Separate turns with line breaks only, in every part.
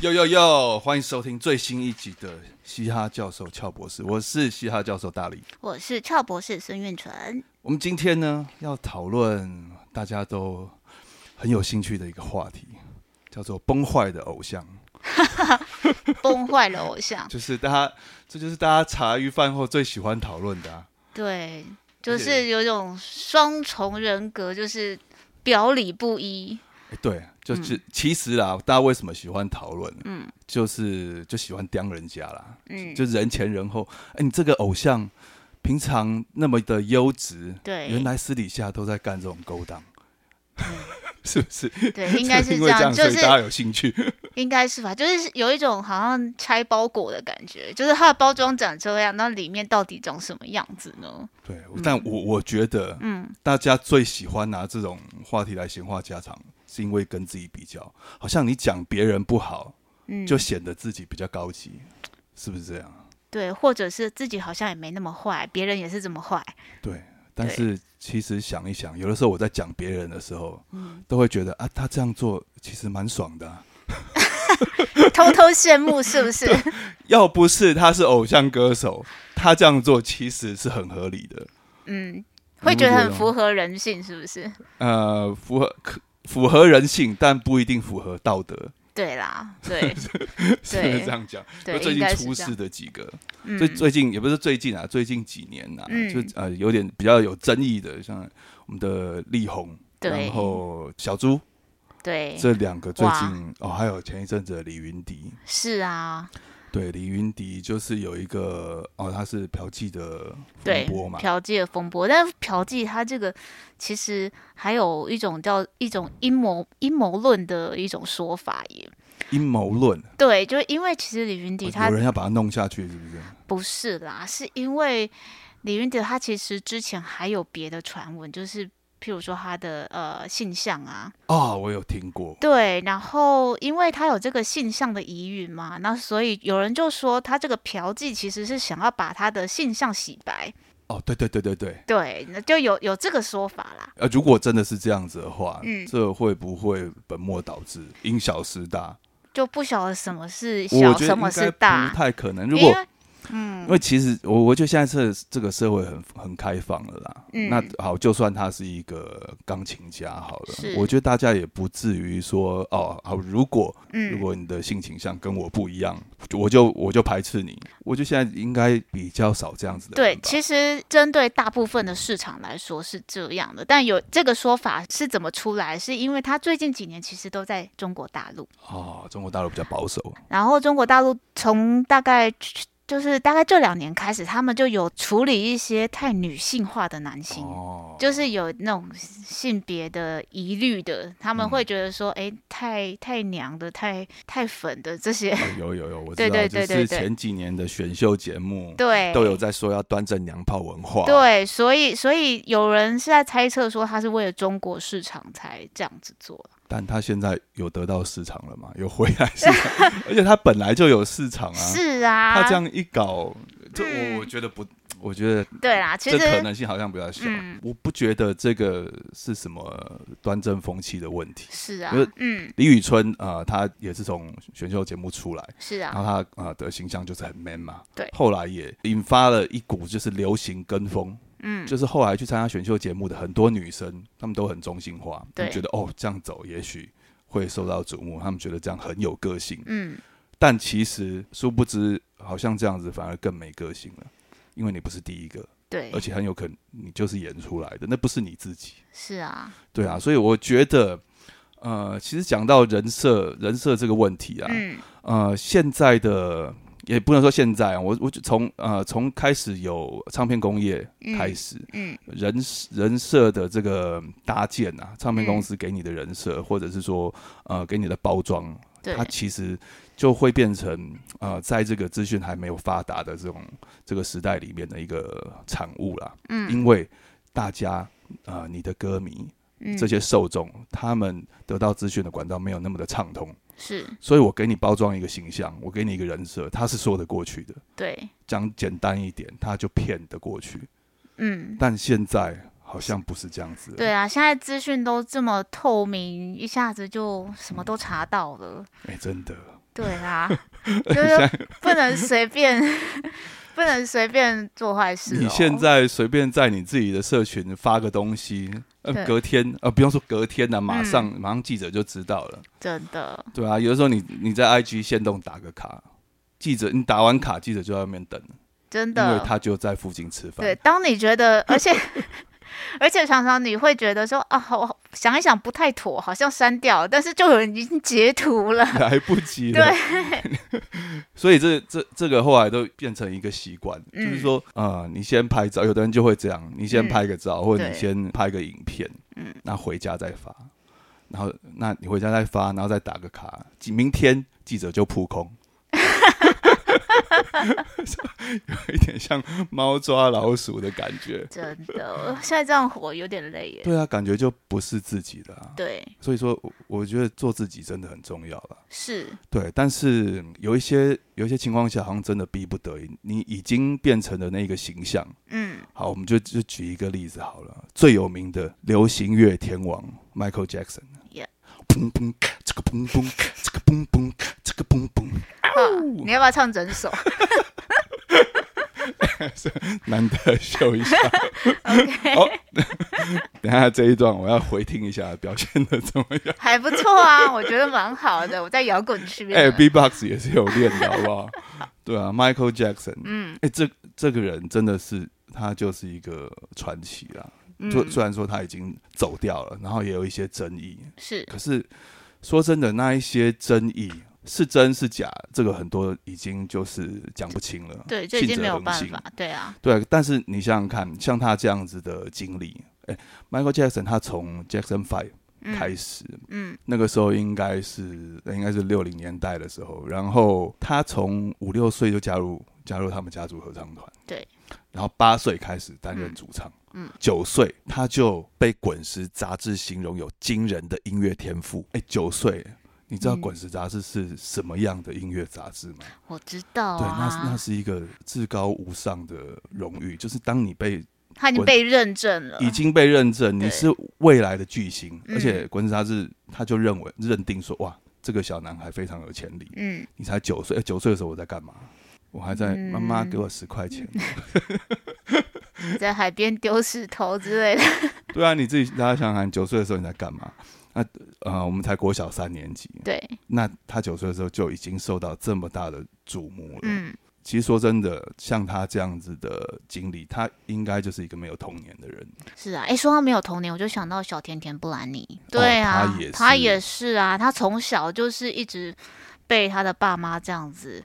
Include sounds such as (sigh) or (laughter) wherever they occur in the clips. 呦呦呦！欢迎收听最新一集的《嘻哈教授俏博士》，我是嘻哈教授大力。
我是俏博士孙运纯。
我们今天呢要讨论大家都很有兴趣的一个话题，叫做“崩坏的偶像，
崩坏了偶”，像
就是大家这就是大家茶余饭后最喜欢讨论的、啊。
对，就
而且
是有一种双重人格，就是表里不一。
诶对，就是、
嗯
其实啦，大家为什么喜欢讨论？嗯，就是就喜欢刁人家啦，
嗯，
就人前人后。哎、你这个偶像平常那么的优质，
对
原来私底下都在干这种勾当，是不是？
对， (laughs) 应该是
(laughs) 因为这
这
样，
样，
所
就
以
是
大家有兴趣。 (laughs)
应该是吧，就是有一种好像拆包裹的感觉，就是它的包装长这样，那里面到底长什么样子呢？
对，但我我觉得，嗯，大家最喜欢拿这种话题来闲话家常，是因为跟自己比较，好像你讲别人不好，
嗯，
就显得自己比较高级，是不是这样？
对，或者是自己好像也没那么坏，别人也是这么坏。
对，但
对
是其实想一想，有的时候我在讲别人的时候，
嗯
都会觉得啊，他这样做其实蛮爽的啊、
偷偷羡慕是不是？
要不是他是偶像歌手，他这样做其实是很合理的，
嗯，
你
会
不
觉得
觉
很
得吗哦
符合人性是不是？
呃，符合可符合人性，但不一定符合道德， (laughs)
对啦，对
是不是
对
这样讲？
对，
就最
应
近
该
出
是这样
事。的几个，
嗯
最、最近也不是最近啊，最近几年啊，
嗯
就呃有点比较有争议的，像我们的力宏，然
对
后小猪
对，
这两个最
哇
近哦，还有前一阵子的李云迪，
是啊，
对，李云迪就是有一个哦，他是嫖妓的风
对
波嘛，
嫖妓的风波，但是嫖妓它这个其实还有一种叫一种阴谋阴谋论的一种说法耶。
阴谋论，
对，就是因为其实李云迪他
哦有人要把他弄下去，是不是？
不是啦，是因为李云迪他其实之前还有别的传闻，就是譬如说他的呃性向啊，
哦，我有听过，
对，然后因为他有这个性向的疑云嘛，那所以有人就说他这个嫖妓其实是想要把他的性向洗白，
哦，对对对对对，
对，那就有有这个说法啦。
呃，如果真的是这样子的话，
嗯
这会不会本末倒置，因小失大？
就不晓得什么是
我
小，
觉得
什
应
么
该
是
不
大。
太可能。如
因
果
为嗯
因为其实我我觉得现在这这个社会很很开放了啦。
嗯
那好，就算他是一个钢琴家好了，
是
我觉得大家也不至于说哦，好，如果如
嗯，
果你的性倾向跟我不一样，我就我就排斥你。我觉得现在应该比较少这样子的人
对，
吧。
其实针对大部分的市场来说是这样的，但有这个说法是怎么出来？是因为他最近几年其实都在中国大陆，
哦，中国大陆比较保守，
然后中国大陆从大概就是大概这两年开始，他们就有处理一些太女性化的男性。
哦，
就是有那种性别的疑虑的，他们
嗯
会觉得说，哎、太太娘的、太太粉的这些，
哦有有有，我知
对
道，
对对
就
对
是
对
前几年的选秀节目
对，
都有在说要端正娘炮文化，，
对，所以所以有人是在猜测说，他是为了中国市场才这样子做。
但他现在有得到市场了嘛？有回来市场，
(laughs)
而且他本来就有市场啊，
是啊，
他这样一搞，这我
嗯
我觉得不，我觉得
对啦，其
这
实
可能性好像比较小，
嗯
我不觉得这个是什么端正风气的问题。
是啊
因为，
嗯，
李宇春啊、呃他也是从选秀节目出来，
是
然
啊，
后他啊、呃的形象就是很 man 嘛，
对
后来也引发了一股就是流行跟风，嗯，就是后来去参加选秀节目的很多女生，她们都很中性化，她们
对
觉得哦这样走也许会受到瞩目，她们觉得这样很有个性，
嗯，
但其实殊不知好像这样子反而更没个性了，因为你不是第一个，
对
而，且很有可能你就是演出来的，那不是你自己，
是啊，
对啊，所以我觉得。呃，其实讲到人设人设这个问题啊，
嗯，
呃，现在的也不能说现在啊，我我就从呃从开始有唱片工业开始，
嗯，
人人设的这个搭建啊，唱片公司给你的人设，或者是说呃给你的包装，
嗯对
它，其实就会变成呃在这个资讯还没有发达的这种这个时代里面的一个产物啦，
嗯，
因为大家呃你的歌迷
嗯，
这些受众，他们得到资讯的管道没有那么的畅通。
是
所以我给你包装一个形象，我给你一个人设，他是说得过去的。
对，
讲简单一点，他就骗得过去。
嗯。
但现在好像不是这样子。
对，啊，现在资讯都这么透明，一下子就什么都查到了。
哎、真的，
对
(laughs)
啦，就是不能随便， (laughs) 不能随便做坏事、哦。
你现在随便在你自己的社群发个东西，
对嗯
呃，隔天呃，不用说隔天了、马上、马上记者就知道了，
真的，
对啊，有的时候你你在 IG 限动打个卡，记者你打完卡，记者就在外面等，
真
因为
的，
他就在附近吃饭
对，，当你觉得，而且 (laughs) 而且常常你会觉得说啊，我想一想不太妥，好像删掉了，但是就有人已经截图了。
(laughs) 来不及了。
对，
(laughs) 所以这这这个后来都变成一个习惯，
嗯
就是说，呃，你先拍照，有的人就会这样，你先
嗯
拍个照，或者你
对
先拍个影片，
嗯，
那回家再发，然后那你回家再发，然后再打个卡，记明天记者就扑空， (laughs) 有一点像猫抓老鼠的感觉，
真的，现在这样火有点累耶。
对啊，感觉就不是自己的、啊，
对，
所以说，我我觉得做自己真的很重要啊了。
是，
对，但是有一些有一些情况下，好像真的逼不得已，你已经变成了那个形象。
嗯，
好，我们就就举一个例子好了，最有名的流行乐天王 Michael Jackson。
Yeah
砰砰，这个砰砰，这个砰砰，这个砰砰，
好，
哦
你要不要唱整
(laughs)
首？
难得秀一下。哦，等一下这一段我要回听一下，表现的怎么样？
还不错啊，我觉得蛮好的。我在摇滚区呢
哎、b b o x 也是有练的，好不好？对啊，Michael Jackson，嗯，哎、这这个人真的是他就是一个传奇啦。
嗯
虽、虽然说他已经走掉了，然后也有一些争议，
是
可是说真的，那一些争议是真是假，这个很多已经就是讲不清了。
对，这已
信
经
者
没有
恒
办
信
法。对啊，
对，但是你想想看，像他这样子的经历，哎、m i c h a e l Jackson 他从 Jackson Five 开始，
嗯，
那个时候应该是呃应该是六零年代的时候，然后他从五六岁就加入加入他们家族合唱团，
对，
然后八岁开始担任主唱，嗯，九岁他就被《滚石》杂志形容有惊人的音乐天赋，哎，九岁。你知道《滚石》杂志是什么样的音乐杂志吗？
我知道
对，那是那
啊，
是一个至高无上的荣誉，就是当你被
他已经
我
被认证了。
已经被认证，
对
你是未来的巨星，
嗯
而且滚石杂志他就认为认定说，哇，这个小男孩非常有潜力。
嗯，
你才九岁，哎九、岁的时候我在干嘛？我还在
嗯
妈妈给我十块
(laughs)
钱。
在海边丢石头之类的。
对啊，你自己大家想想看，九岁的时候你在干嘛？那呃，我们才国小三年级，
对，
那他九岁的时候就已经受到这么大的瞩目了。
嗯，
其实说真的，像他这样子的经历，他应该就是一个没有童年的人。
是啊。哎，说到没有童年，我就想到小甜甜布兰妮。对啊，
他也
她
是
也是啊，她从小就是一直被她的爸妈这样子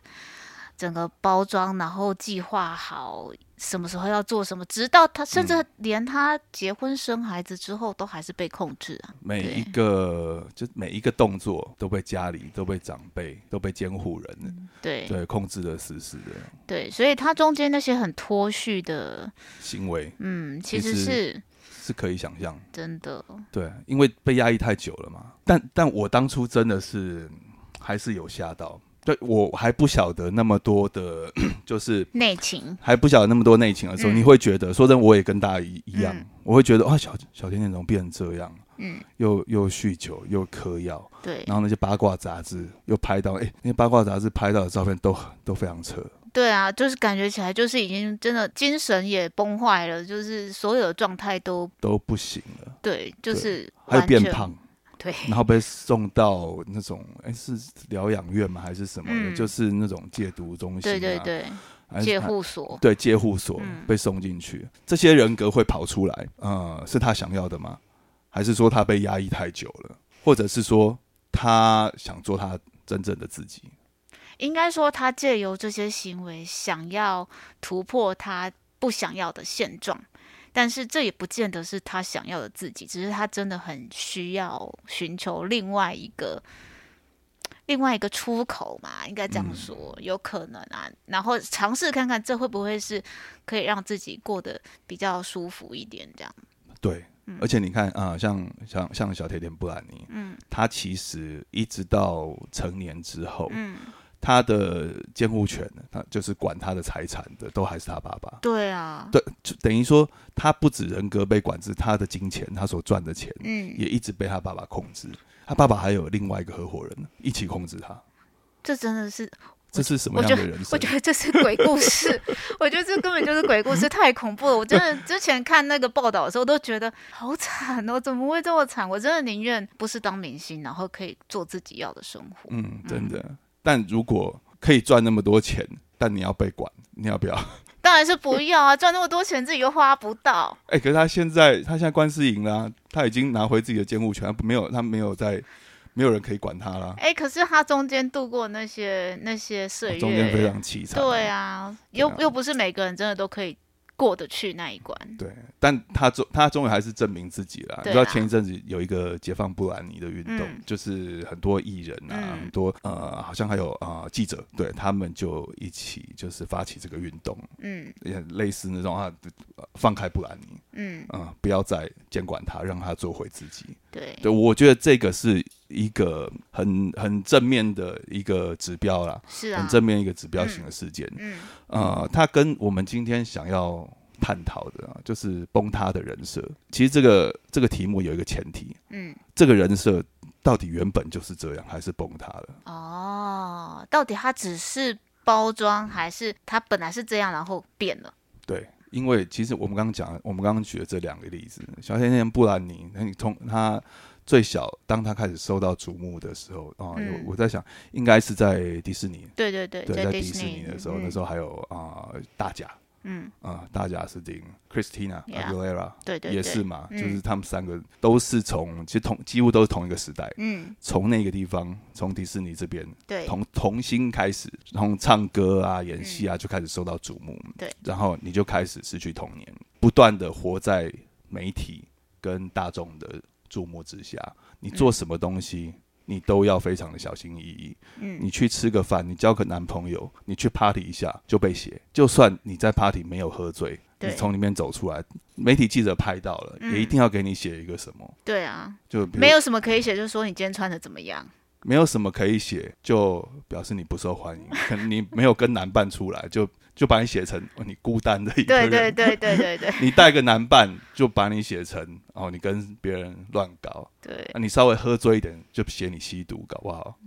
整个包装，然后计划好。什么时候要做什么，直到她甚至连她结婚生孩子之后，都还是被控制啊。
每一个就每一个动作都被家里、都被长辈、都被监护人
嗯对
对控制的死死的
对，所以它中间那些很脱序的，
行为
嗯，
其
其实
实
是
是可以想象，
真的，
对，因为被压抑太久了嘛。但但我当初真的是还是有吓到，对我还不晓得那么多的， (clears throat) 就是
内情，
还不晓得那么多内情的时候，
嗯
你会觉得，说真的，我也跟大家一一样，
嗯
我会觉得哇，啊小小甜甜怎么变成这样？
嗯，
又又酗酒，又嗑药，
对
然后那些八卦杂志又拍到，哎、那些八卦杂志拍到的照片都都非常扯。
对啊，就是感觉起来就是已经真的精神也崩坏了，就是所有的状态都
都不行了，
对，就
对
是
还有
完
变
全，
胖，
对，
然后被送到那种哎、是疗养院吗还是什么的？
嗯
就是那种戒毒中心、啊，
对对对，
还是，
戒护所，
对戒护所、
嗯
被送进去，这些人格会跑出来，呃，是他想要的吗？还是说他被压抑太久了，或者是说他想做他真正的自己？
应该说他借由这些行为想要突破他不想要的现状。但是这也不见得是他想要的自己，只是他真的很需要寻求另外一个另外一个出口嘛，应该这样说，有可能啊。然后尝试看看这会不会是可以让自己过得比较舒服一点，这样。
对，
嗯
而且你看啊、呃像像像小甜甜布兰妮，嗯，她其实一直到成年之后，
嗯，
他的监护权，他就是管他的财产的，都还是他爸爸。
对啊，
对，就等于说，他不止人格被管制，他的金钱，他所赚的钱，
嗯，
也一直被他爸爸控制。他爸爸还有另外一个合伙人一起控制他。
这真的是，
这是什么
我
样
觉
的
得
人
(laughs) 我
生？
觉得这是鬼
(laughs)
故事，我觉得这根本就是鬼故事，太恐怖了。我真的之前看那个报道的时候，都觉得好惨哦，怎么会这么惨？我真的宁愿不是当明星，然后可以做自己要的生活。
嗯，真的。但如果可以赚那么多钱，但你要被管，你要不要？
当然是不要啊，赚那么多钱自己又花不到。
哎、可是他现在他现在官司赢了啊、他已经拿回自己的监护权，他没有他没有在，没有人可以管他啊啦。
哎、可是他中间度过那些那些岁
哦
月，
中间非常凄惨。
对啊，又又不是每个人真的都可以过得去那一关。
对，但他终他终于还是证明自己了。你
对
知道
啦
前一阵子有一个解放布兰妮的运动，
嗯
就是很多艺人啊，
嗯
很多呃，好像还有啊、呃记者，对他们就一起就是发起这个运动，
嗯
也类似那种啊，呃放开布兰妮，
嗯，
嗯、不要再监管他，让他做回自己。
对
对，我觉得这个是一个很很正面的一个指标啦，
是啊
很，正面一个指标型的事件。
嗯
呃，它跟我们今天想要探讨的、啊，就是崩塌的人设。其实这个这个题目有一个前提，
嗯，
这个人设到底原本就是这样，还是崩塌了？
哦，到底他只是包装，还是他本来是这样，然后变了？
对，因为其实我们刚刚讲，我们刚刚举了这两个例子，小甜甜布兰妮，那你从她最小，当她开始受到瞩目的时候啊，
嗯
我我在想，应该是在迪士尼。
对对对，
对，
在
在
迪
迪士尼的时候，那时
候，
候还有啊、大贾
嗯，
啊、大贾斯汀、Christina
Yeah
Aguilera，
对对
也是
对
嘛，
嗯
就是他们三个都是从其实同几乎都是同一个时代，
嗯，
从那个地方，从迪士尼这边
对，
同童星开始，从唱歌啊、演戏啊就开始受到瞩目，
嗯对，
然后你就开始失去童年，不断的活在媒体跟大众的注目之下，你做什么东西。你都要非常的小心翼翼。
嗯
你去吃个饭，你交个男朋友，你去 party 一下就被写。就算你在 party 没有喝醉，你
对
从里面走出来，媒体记者拍到了，
嗯
也一定要给你写一个什么，
对啊，
就比如
没有什么可以写，就是说你今天穿的怎么样？
没有什么可以写，就表示你不受欢迎，可能你没有跟男伴出来，就就把你写成、哦、你孤单的一个
对
人。
对对对对对
你带个男伴，就把你写成哦，你跟别人乱搞。
对，
啊、你稍微喝醉一点，就写你吸毒，搞不好。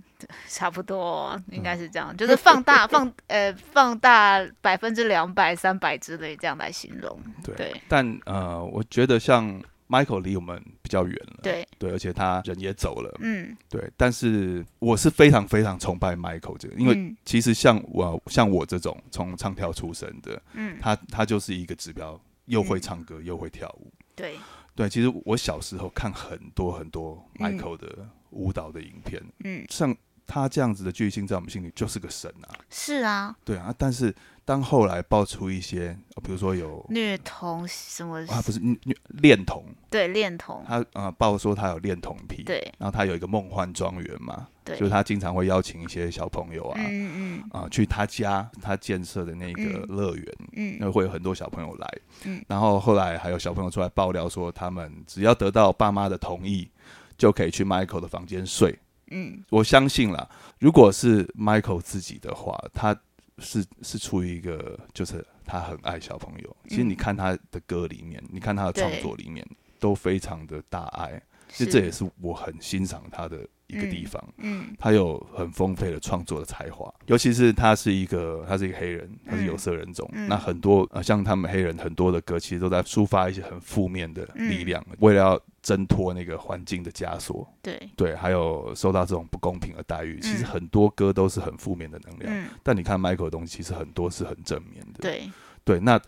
差不多应该是这样，就是放大放呃放大百分之两百、三百之类这样来形容。
对。
对
但呃，我觉得像 Michael 离我们比较远了，
对，
对，而且他人也走了，
嗯，
对。但是我是非常非常崇拜 Michael 这个，因为
嗯
其实像我像我这种从唱跳出身的，
嗯
他他就是一个指标，又会
嗯
唱歌、又会跳舞。
对，
对，其实我小时候看很多很多
嗯
Michael 的舞蹈的影片，
嗯
像他这样子的巨星，在我们心里就是个神啊。
是啊，
对啊，但是当后来爆出一些，呃比如说有
虐童什么
啊，不是女女恋童，
对恋童，
他呃爆说他有恋童癖，，
对
然后他有一个梦幻庄园嘛，
对，
就是他经常会邀请一些小朋友啊。
嗯嗯
啊、去他家他建设的那个
嗯
乐园，
嗯嗯，
那会有很多小朋友来，
嗯
然后后来还有小朋友出来爆料说，他们只要得到爸妈的同意，就可以去 Michael 的房间睡。
嗯
我相信啦，如果是 Michael 自己的话，他是是出于一个就是他很爱小朋友。其实
嗯
你看他的歌里面，你看他的创作里面，都非常的大爱。其实这也是我很欣赏他的一个地方。
嗯
他有很丰沛的创作的才华，尤其是他是一个他是一个黑人，他是有色人种。
嗯
那很多呃，像他们黑人很多的歌，其实都在抒发一些很负面的
嗯
力量，为了要挣脱那个环境的枷锁，
对，
对，还有受到这种不公平的待遇。
嗯
其实很多歌都是很负面的能量，
嗯
但你看 Michael 的东西，其实很多是很正面的。
对
啊对，啊那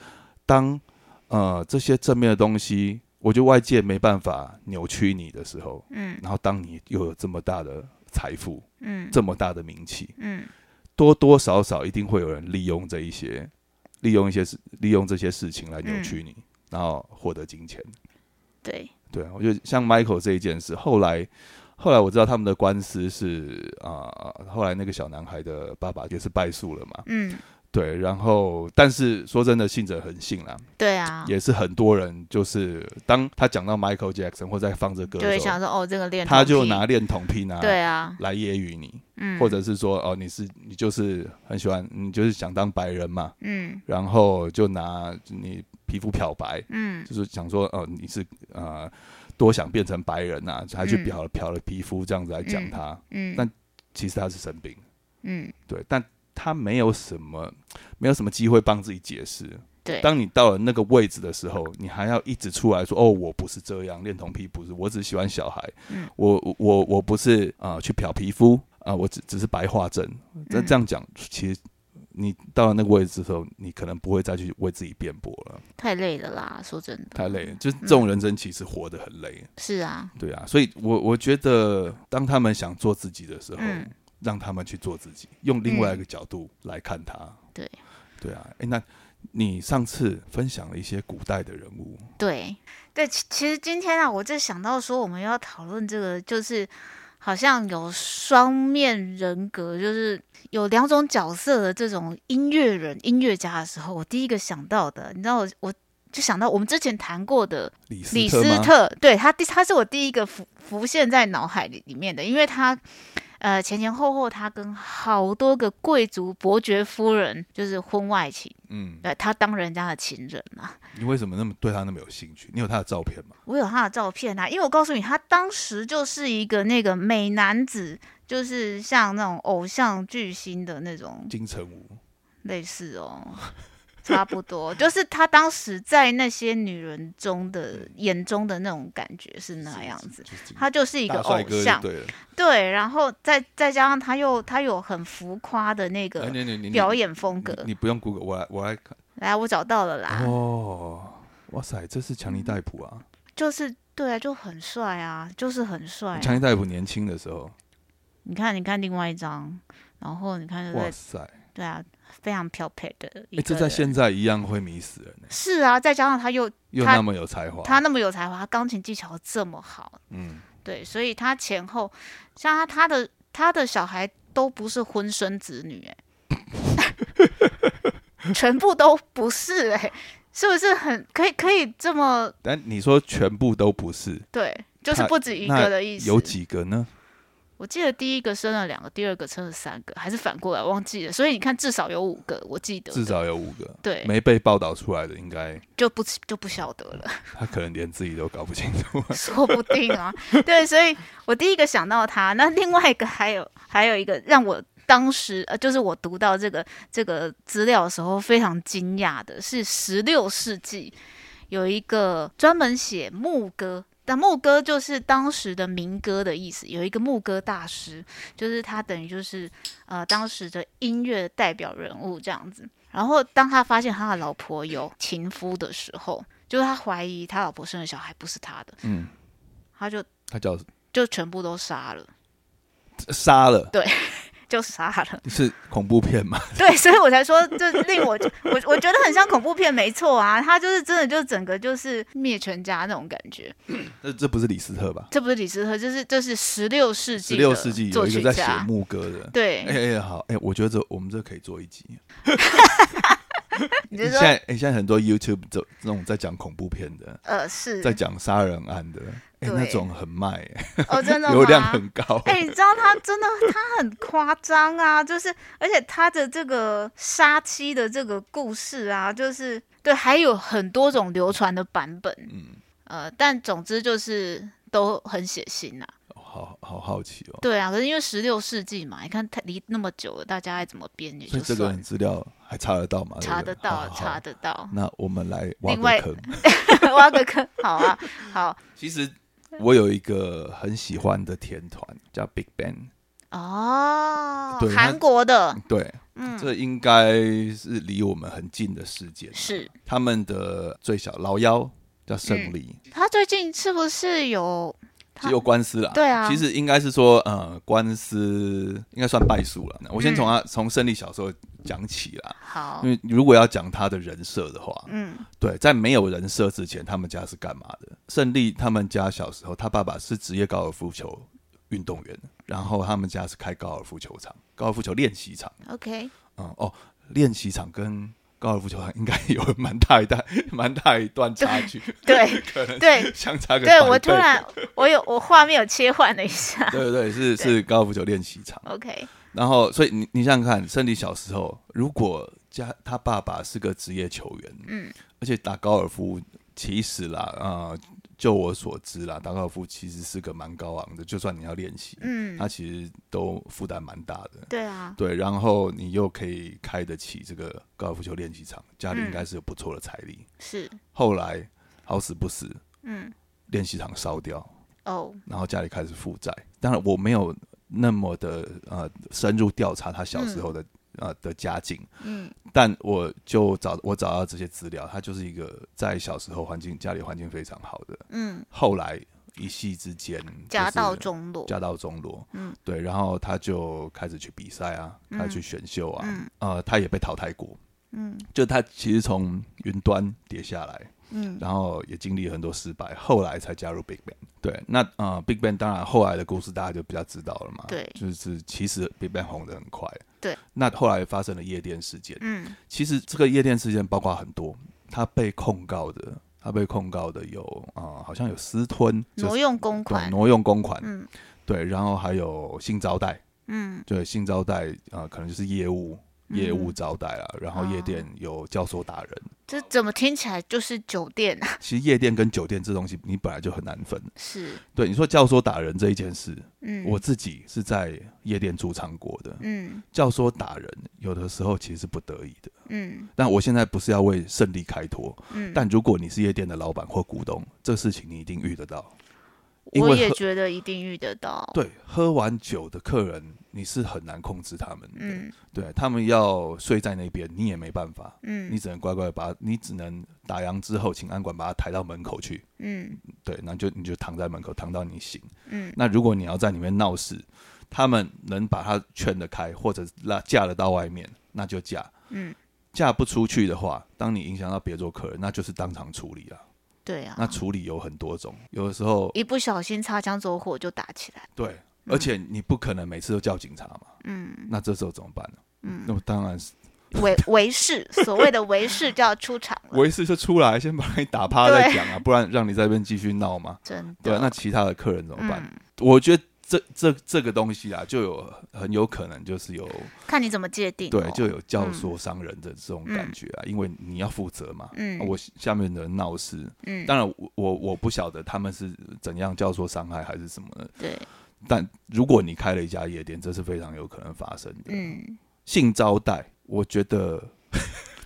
当呃这些正面的东西，我觉得外界没办法扭曲你的时候，
嗯
然后当你又有这么大的财富。
嗯
这么大的名气，
嗯
多多少少一定会有人利用这一些，利用一些事，利用这些事情来扭曲你，
嗯
然后获得金钱。
对，
对啊，我觉得像 Michael 这一件事，后来后来我知道他们的官司是啊、后来那个小男孩的爸爸也是败诉了嘛。
嗯
对，然后但是说真的，信者恒信啦，
对啊，
也是很多人就是当他讲到 Michael Jackson 或在放这歌
就会
的时候，
想说哦，这个恋童
他就
癖
拿恋童癖拿
对啊，
来揶揄你。
嗯，
或者是说哦，你是你就是很喜欢，你就是想当白人嘛，
嗯
然后就拿你皮肤漂白，
嗯
就是想说哦，你是呃多想变成白人呐、啊，还去
嗯
漂了漂了皮肤这样子来讲
嗯
他，
嗯，
但其实他是生病，
嗯，
对，但他没有什么没有什么机会帮自己解释。
对，
当你到了那个位置的时候，你还要一直出来说：“哦，我不是这样，恋童癖不是，我只喜欢小孩，
嗯
我我我我不是啊、呃去漂皮肤啊、我只只是白化症。”这
嗯
这样讲，其实你到了那个位置之后，你可能不会再去为自己辩驳了，
太累了啦，说真的，
太累了。就是这种人生其实活得很累，
是啊，
对啊。所以我我觉得，当他们想做自己的时候，
嗯
让他们去做自己，用另外一个角度来看他。
对，
对啊。哎，那你上次分享了一些古代的人物，
对对，其其实今天啊，我就想到说我们要讨论这个，就是好像有双面人格，就是有两种角色的这种音乐人、音乐家的时候，我第一个想到的，你知道我我。就想到我们之前谈过的
李斯
李斯
特吗？
特，对他第他是我第一个浮浮现在脑海里里面的，因为他呃前前后后他跟好多个贵族伯爵夫人就是婚外情，
嗯，
对他当人家的情人啊，
你为什么那么对他那么有兴趣？你有他的照片吗？
我有他的照片啊，因为我告诉你，他当时就是一个那个美男子，就是像那种偶像巨星的那种
金城武，
类似
(laughs)
哦，差不多，就是他当时在那些女人中的眼中的那种感觉是那样子。
就是金
他就是一个
大
偶
帅哥就
像，
对了。
对，然后再再加上他又他有很浮夸的那
哎
个
你你你
表演风
你
格，
你不用 Google，我来我来看。
来，我找到了啦，
哦，哇塞，这是强尼戴普
嗯
啊！
就是对啊，就很帅啊，就是很帅、啊，
强尼戴普年轻的时候，
你看，你看另外一张，然后你看就
哇
在
塞，哎、
对啊，非常漂配的一个人、
这在现在一样会迷死人、欸，
是啊，再加上他又
又
他
那么有才华。
他那么有才华，他钢琴技巧这么好，
嗯，
对，所以他前后像他他的他的小孩都不是婚生子女、哎， (laughs) 全部都不是、哎，是不是很可以可以这么
但你说全部都不是，
对？就是
他
不止一
那
个的意思。
有几个呢？
我记得第一个生了两个，第二个生了三个，还是反过来忘记了。所以你看，至少有五个，我记得
至
的
少有五个。
对
没被报道出来的，应该
就不就不晓得了。
他可能连自己都搞不清楚。 (laughs)
说不定啊。对，所以我第一个想到他，那另外一个还有还有一个让我当时呃，就是我读到这个这个资料的时候非常惊讶的是，十六世纪有一个专门写牧歌。但牧歌就是当时的民歌的意思，有一个牧歌大师，就是他等于就是呃当时的音乐代表人物这样子。然后当他发现他的老婆有情夫的时候，就是他怀疑他老婆生的小孩不是他的，
嗯，
他就
他叫
就全部都杀了，
杀了，
就杀了。
是恐怖片吗？ (laughs)
对，所以我才说，这令我我我觉得很像恐怖片，没错啊，他就是真的就整个就是灭全家那种感觉。
这这不是李斯特吧？
这不是李斯特，这是这是十六世
十
纪的
六世纪有
作
一个
曲
在写
家，
牧歌的。
对，
哎哎、好，哎、我觉得这我们这可以做一集。
你就
现
说
在、哎现在很多 YouTube 这这种在讲恐怖片的，
呃是
在讲杀人案的，哎、
对
那种很卖、哎
哦，
(laughs)
真的吗？
流量很高。
哎、你知道他真的他很夸张啊，就是而且他的这个杀妻的这个故事啊，就是对，还有很多种流传的版本，
嗯，
呃，但总之就是都很血腥呐、啊
好好好奇哦。
对啊，可是因为十六世纪嘛，你看他离那么久了，大家爱怎么编也
所以
就
这
算
个
了。
资料还查得到吗？
查
对
得
不对
到，。
好
查
好，
得到 (laughs)
那我们来挖
另外 (laughs)
个坑。
挖个坑，好啊，好
其实我有一个很喜欢的天团叫 Big Bang，
哦
对，他
韩国的，
对，
嗯，
这应该是离我们很近的事件。
是
他们的最小老幺叫胜
嗯
利，
他最近是不是有
只有官司啦。
对啊
其实应该是说，呃，官司应该算败诉了。我先从
嗯
他从胜利小时候讲起啦，
好
因？为如果要讲他的人设的话，
哦嗯，
对，在没有人设之前，他们家是干嘛的？胜利他们家小时候，他爸爸是职业高尔夫球运动员，然后他们家是开高尔夫球场、高尔夫球练习场。
OK，
嗯，哦，练习场跟高尔夫球场应该有蛮大一段、蛮大一段差距，
对
(laughs)
(laughs)
可能
对
相差个
对，
百
我突
倍
然我有我画面有切换了一下
对对对，是是高尔夫球练习场。
，OK，
然后，所以你你想想看，胜利小时候，如果家他爸爸是个职业球员，
嗯，
而且打高尔夫，其实啦，啊、就我所知啦，打高尔夫其实是个蛮高昂的，就算你要练习，
嗯
它，其实都负担蛮大的。
对啊，
对，然后你又可以开得起这个高尔夫球练习场，家
嗯
里应该是有不错的财力。
是，
后来好死不死，
嗯，
练习场烧掉，
哦，
然后家里开始负债。当然我没有那么的呃深入调查他小时候的、呃的家境，
嗯
但我就找我找到这些资料，他就是一个在小时候环境家里环境非常好的，
嗯，
后来一夕之间
家道
就是
中落，
家道中落，
嗯，
对，然后他就开始去比赛啊，
嗯
开始去选秀啊，
嗯
呃，他也被淘汰过，
嗯
就他其实从云端跌下来，
嗯
然后也经历了很多失败，后来才加入 Big Bang。对，那呃，Big Bang 当然后来的故事大家就比较知道了嘛，
对
就是其实 Big Bang 红的很快，
对，
那后来发生了夜店事件，
嗯
其实这个夜店事件包括很多，他被控告的，他被控告的有啊、呃好像有私吞、就
挪
是
用公
对
款，
挪用公款，
嗯
对，然后还有性招待，
嗯
对，性招待啊、呃可能就是业务。业务
嗯哦
招待啊，然后夜店有教唆打人。
这怎么听起来就是酒店啊？
其实夜店跟酒店这东西，你本来就很难分。
是，
对，你说教唆打人这一件事，
嗯，
我自己是在夜店驻唱过的。
嗯
教唆打人，有的时候其实是不得已的。
嗯
但我现在不是要为胜利开脱，
嗯，
但如果你是夜店的老板或股东，这事情你一定遇得到。因
我
为
也
喝
觉得一定遇得到，，
对喝完酒的客人，你是很难控制他们的。
嗯
对他们要睡在那边，你也没办法，
嗯，
你只能乖乖把，你只能打烊之后，请安管把他抬到门口去。
嗯
对，那就你就躺在门口，躺到你醒。
嗯
那如果你要在里面闹事，他们能把他劝得开，或者拉架得到外面，那就架。
嗯，
架不出去的话，当你影响到别桌客人，那就是当场处理了。
对啊，
那处理有很多种，有的时候
一不小心擦枪走火就打起来，
对，而且你不可能每次都叫警察嘛，
嗯
那这时候怎么办呢？
嗯，
那么当然是
维维士，所谓的维士就要出场了，
维斯就出来先把你打趴再讲啊，不然让你在那边继续闹嘛。
真
对啊
的，，
那其他的客人怎么办？
嗯，
我觉得这这这个东西啊，就有很有可能就是有
看你怎么界定哦，
对，就有教唆商人的这种感觉啊，因为你要负责嘛。
嗯
啊我下面的人闹事，
嗯，
当然我我我不晓得他们是怎样教唆伤害还是什么的，
对，
但如果你开了一家夜店，这是非常有可能发生的。
嗯。
性招待，我觉得 (laughs)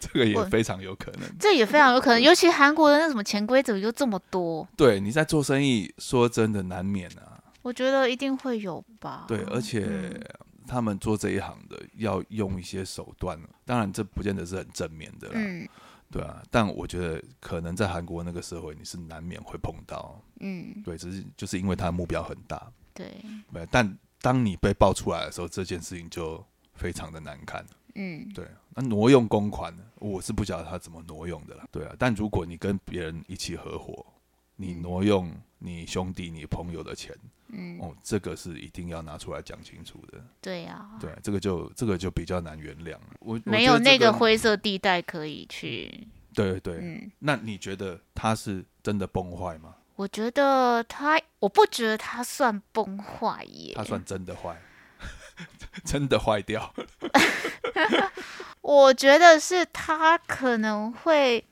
这个也
我
非常有可能。
这也非常有可能，尤其韩国的那什么潜规则又这么多，
对，你在做生意，说真的难免啊。
我觉得一定会有吧。
对，啊而且
哦嗯
他们做这一行的要用一些手段，当然这不见得是很正面的啦。
嗯
对啊，但我觉得可能在韩国那个社会，你是难免会碰到。
嗯，
对，只是就是因为他的目标很大，
对，
对。但当你被爆出来的时候，这件事情就非常的难看。
嗯
对，啊那挪用公款，我是不晓得他怎么挪用的啦。对啊，但如果你跟别人一起合伙，你
嗯
挪用你兄弟、你朋友的钱，
嗯，
哦，这个是一定要拿出来讲清楚的。
对呀，
对，啊这个就这个就比较难原谅。我我
哦没
觉
有
得
那
这
个灰色地带可以去。
对对，
嗯，
那你觉得他是真的崩坏吗？
我觉得他，我不觉得他算崩坏耶。
他算真的坏， (laughs) 真的坏掉。 (laughs)
我觉得是他可能会，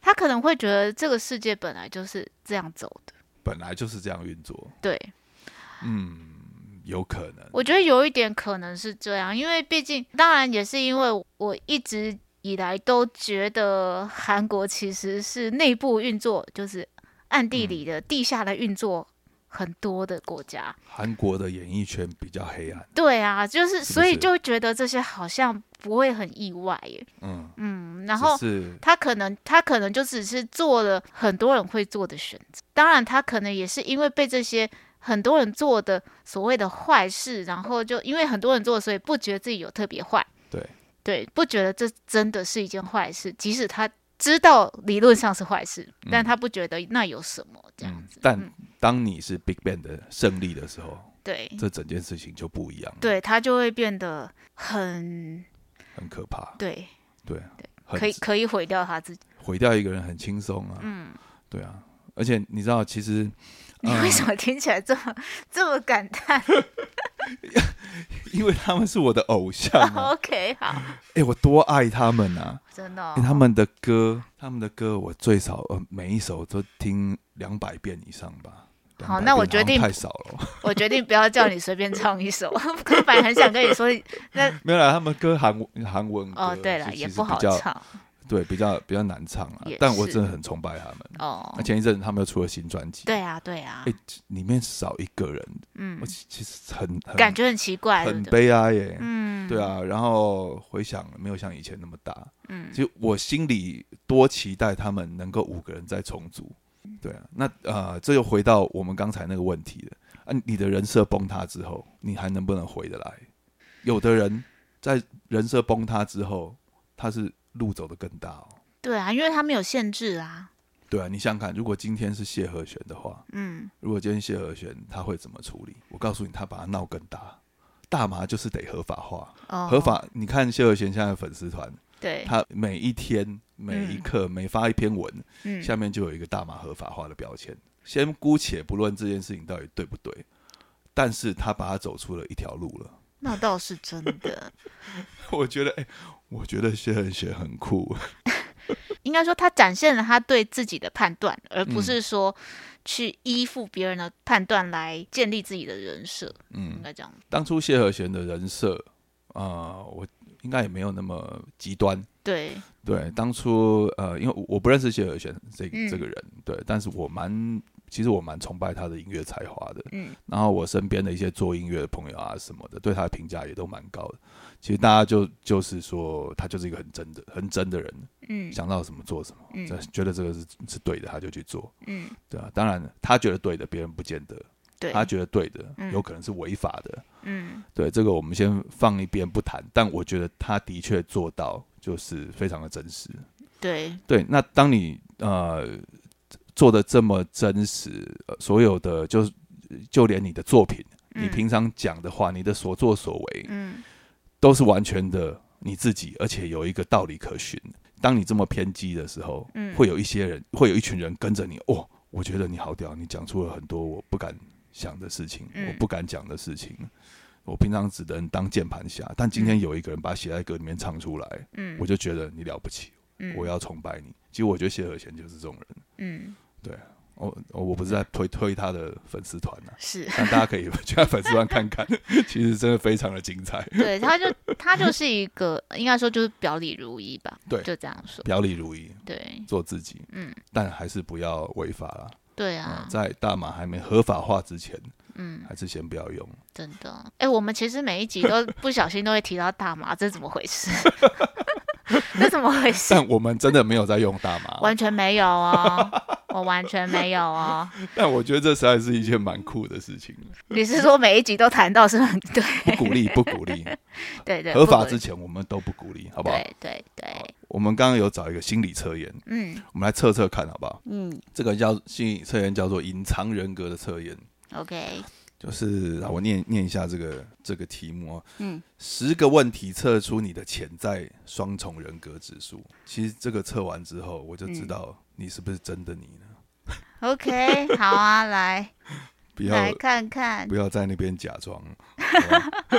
他可能会觉得这个世界本来就是这样走的。
本来就是这样运作，
对，
嗯，有可能。
我觉得有一点可能是这样，因为毕竟，当然也是因为我一直以来都觉得韩国其实是内部运作，就是暗地
嗯
里的、地下的运作很多的国家。
韩国的演艺圈比较黑暗，
对啊，就是
是
所以就觉得这些好像不会很意外耶。
嗯，
嗯，然后
只是
他可能他可能就只是做了很多人会做的选择，当然他可能也是因为被这些很多人做的所谓的坏事，然后就因为很多人做，所以不觉得自己有特别坏，
对
对，不觉得这真的是一件坏事，即使他知道理论上是坏事，但他不觉得那有什么这样
嗯
子，，
但当你是 Big Bang 的胜利的时候，
对
嗯这整件事情就不一样了，
嗯对，他就会变得很
很可怕，
对，
对啊，很
可以可以毁掉他自己，
毁掉一个人很轻松啊，
嗯
对啊，而且你知道，其实
你为什么听起来这么、这么感叹
因为他们是我的偶像
(laughs) 哦
啊！
？OK，好，
哎、我多爱他们啊！
真的、哦
欸他们的歌，他们的歌我最少呃每一首都听两百遍以上吧。
好
200
那我
遍
决
好像
定
太少了， (laughs)
我决定不要叫你随便唱一首， (laughs) 我本来很想跟你说，那
没有啦，他们歌韩文韩文歌
哦，对了，
嗯啊其
也
实
不好
比较
唱
对，比较比较难唱啊
也。
但我
是
真的很崇拜他们。
哦
那。前一阵子他们又出了新专辑，
对啊，对啊，
哎里面少一个人，
嗯
我，其其实很很
感觉很奇怪，对
很
不对？
悲哀耶。
嗯，
对，啊，然后回想没有像以前那么大，
嗯，
其实我心里多期待他们能够五个人再重组。对啊，那呃，这又回到我们刚才那个问题了啊，你的人设崩塌之后，你还能不能回得来？有的人在人设崩塌之后，他是路走得更大哦。
对啊，因为他没有限制啊，
对啊，你想想看，如果今天是谢和弦的话，
嗯，
如果今天谢和弦他会怎么处理？我告诉你，他把它闹更大。大麻就是得合法化，
哦，
合法。你看谢和弦现在的粉丝团，
对，
他每一天、每一
嗯
刻、每发一篇文，
嗯，
下面就有一个大麻合法化的标签。先姑且不论这件事情到底对不对，但是他把他走出了一条路了。 (laughs)
那倒是真的，
我觉得，哎、我觉得谢和弦很酷。
应该说他展现了他对自己的判断，而不
嗯
是说去依附别人的判断来建立自己的人设，应
嗯，
该这样。
当初谢和弦的人设，啊，我应该也没有那么极端。
对，
对，当初呃，因为我我不认识谢和弦这个、
嗯
这个人，对，但是我蛮，其实我蛮崇拜他的音乐才华的。
嗯，
然后我身边的一些做音乐的朋友啊什么的，对他的评价也都蛮高的。其实大家就就是说，他就是一个很真的、很真的人，
嗯，
想到什么做什么，
嗯
这觉得这个是是对的，他就去做，
嗯，
对啊。当然，他觉得对的，别人不见得；
对，
他觉得对的，
嗯
有可能是违法的。
嗯
对，这个我们先放一边不谈。但我觉得他的确做到，就是非常的真实。
对，
对，那当你呃做的这么真实，呃所有的就是就连你的作品。你
嗯
平常讲的话，你的所作所为
嗯
都是完全的你自己，而且有一个道理可循。当你这么偏激的时候，
嗯
会有一些人，会有一群人跟着你。哦，我觉得你好屌，你讲出了很多我不敢想的事情，
嗯
我不敢讲的事情。我平常只能当键盘侠，但今天有一个人把它写在歌里面唱出来，
嗯，
我就觉得你了不起，
嗯
我要崇拜你。其实我觉得谢和弦就是这种人。
嗯
我、哦、我不是在推推他的粉丝团啊，
是
但大家可以 (laughs) 去他粉丝团看看， (laughs) 其实真的非常的精彩， (laughs)
对，他就他就是一个应该说就是表里如一吧，
对
就这样说，
表里如一，
对
做自己，
嗯，
但还是不要违法啦。
对
嗯、
啊，
在大麻还没合法化之前，
嗯，
还是先不要用。
真的，哎、我们其实每一集都不小心都会提到大麻，这怎么回事？ (laughs) 这怎么回事？
但我们真的没有在用大麻，
完全没有哦，我完全没有哦。
但我觉得这实在是一件蛮酷的事情，
(laughs) 你是说每一集都谈到是吗？ (laughs) 对
不鼓励，不鼓励，
对对，
合
不
法
管
之前我们都不鼓励，好不好？
对对对，
我们刚刚有找一个心理测验，
嗯
我们来测测看，好不好？
嗯
这个叫心理测验叫做隐藏人格的测验。
，OK，
就是啊，我念念一下这个这个题目啊，
嗯，
十个问题测出你的潜在双重人格指数。其实这个测完之后，我就知
嗯
道你是不是真的你了，
OK，好 (laughs) 啊，来
不
来
要
看看
不要在那边假装。好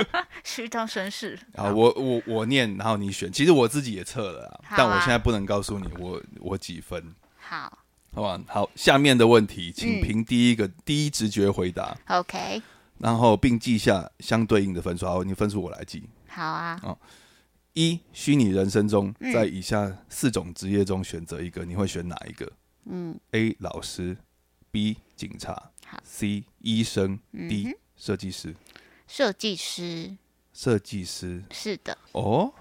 吧
虚张声势。
好，我我我念，然后你选。其实我自己也测了啊
好啊
但我现在不能告诉你我我几分，
好
好吧？好，下面的问题，请
嗯
凭第一个、第一直觉回答，
，OK，
然后并记下相对应的分数。好，你分数我来记。
好啊，
一虚拟人生中，
嗯
在以下四种职业中选择一个，你会选哪一个
嗯
？A. 老师，B. 警察
好
，C. 医生
嗯
，D.
哼，
设计师。
设计师
设计师
是的，
哦，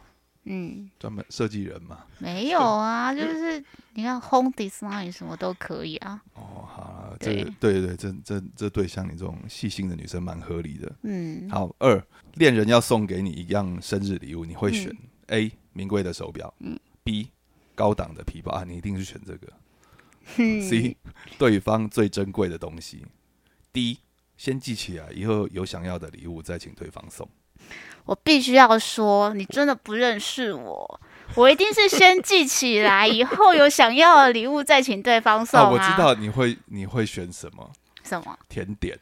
嗯，
专门设计人嘛。
没有啊，就是你看 home design 什么都可以啊，
哦，好啊这
对
个对对，这这这对像你这种细心的女生蛮合理的。
嗯，
好，二恋人要送给你一样生日礼物，你会选 A 名贵的手表
嗯
，B 高档的皮包啊，你一定是选这
(laughs)
个。
嗯
C 对方最珍贵的东西。D 先记起来，以后有想要的礼物再请对方送。
我必须要说，你真的不认识我。我一定是先记起
啊
来，以后有想要的礼物再请对方送啊
我知道你会你会选什么，
什么？
甜点，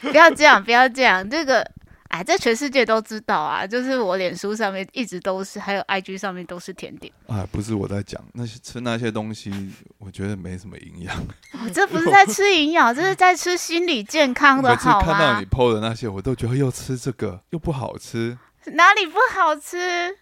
不要这样，不要这样，这个。哎，这全世界都知道啊！就是我脸书上面一直都是，还有 IG 上面都是甜点。
哎，不是我在讲那些吃那些东西，我觉得没什么营
(laughs)
养。
哦，这不是在吃营养，这是在吃心理健康的
每次
好
看到
吗
你？PO 的那些，我都觉得又吃这个又不好吃。
哪里不好吃？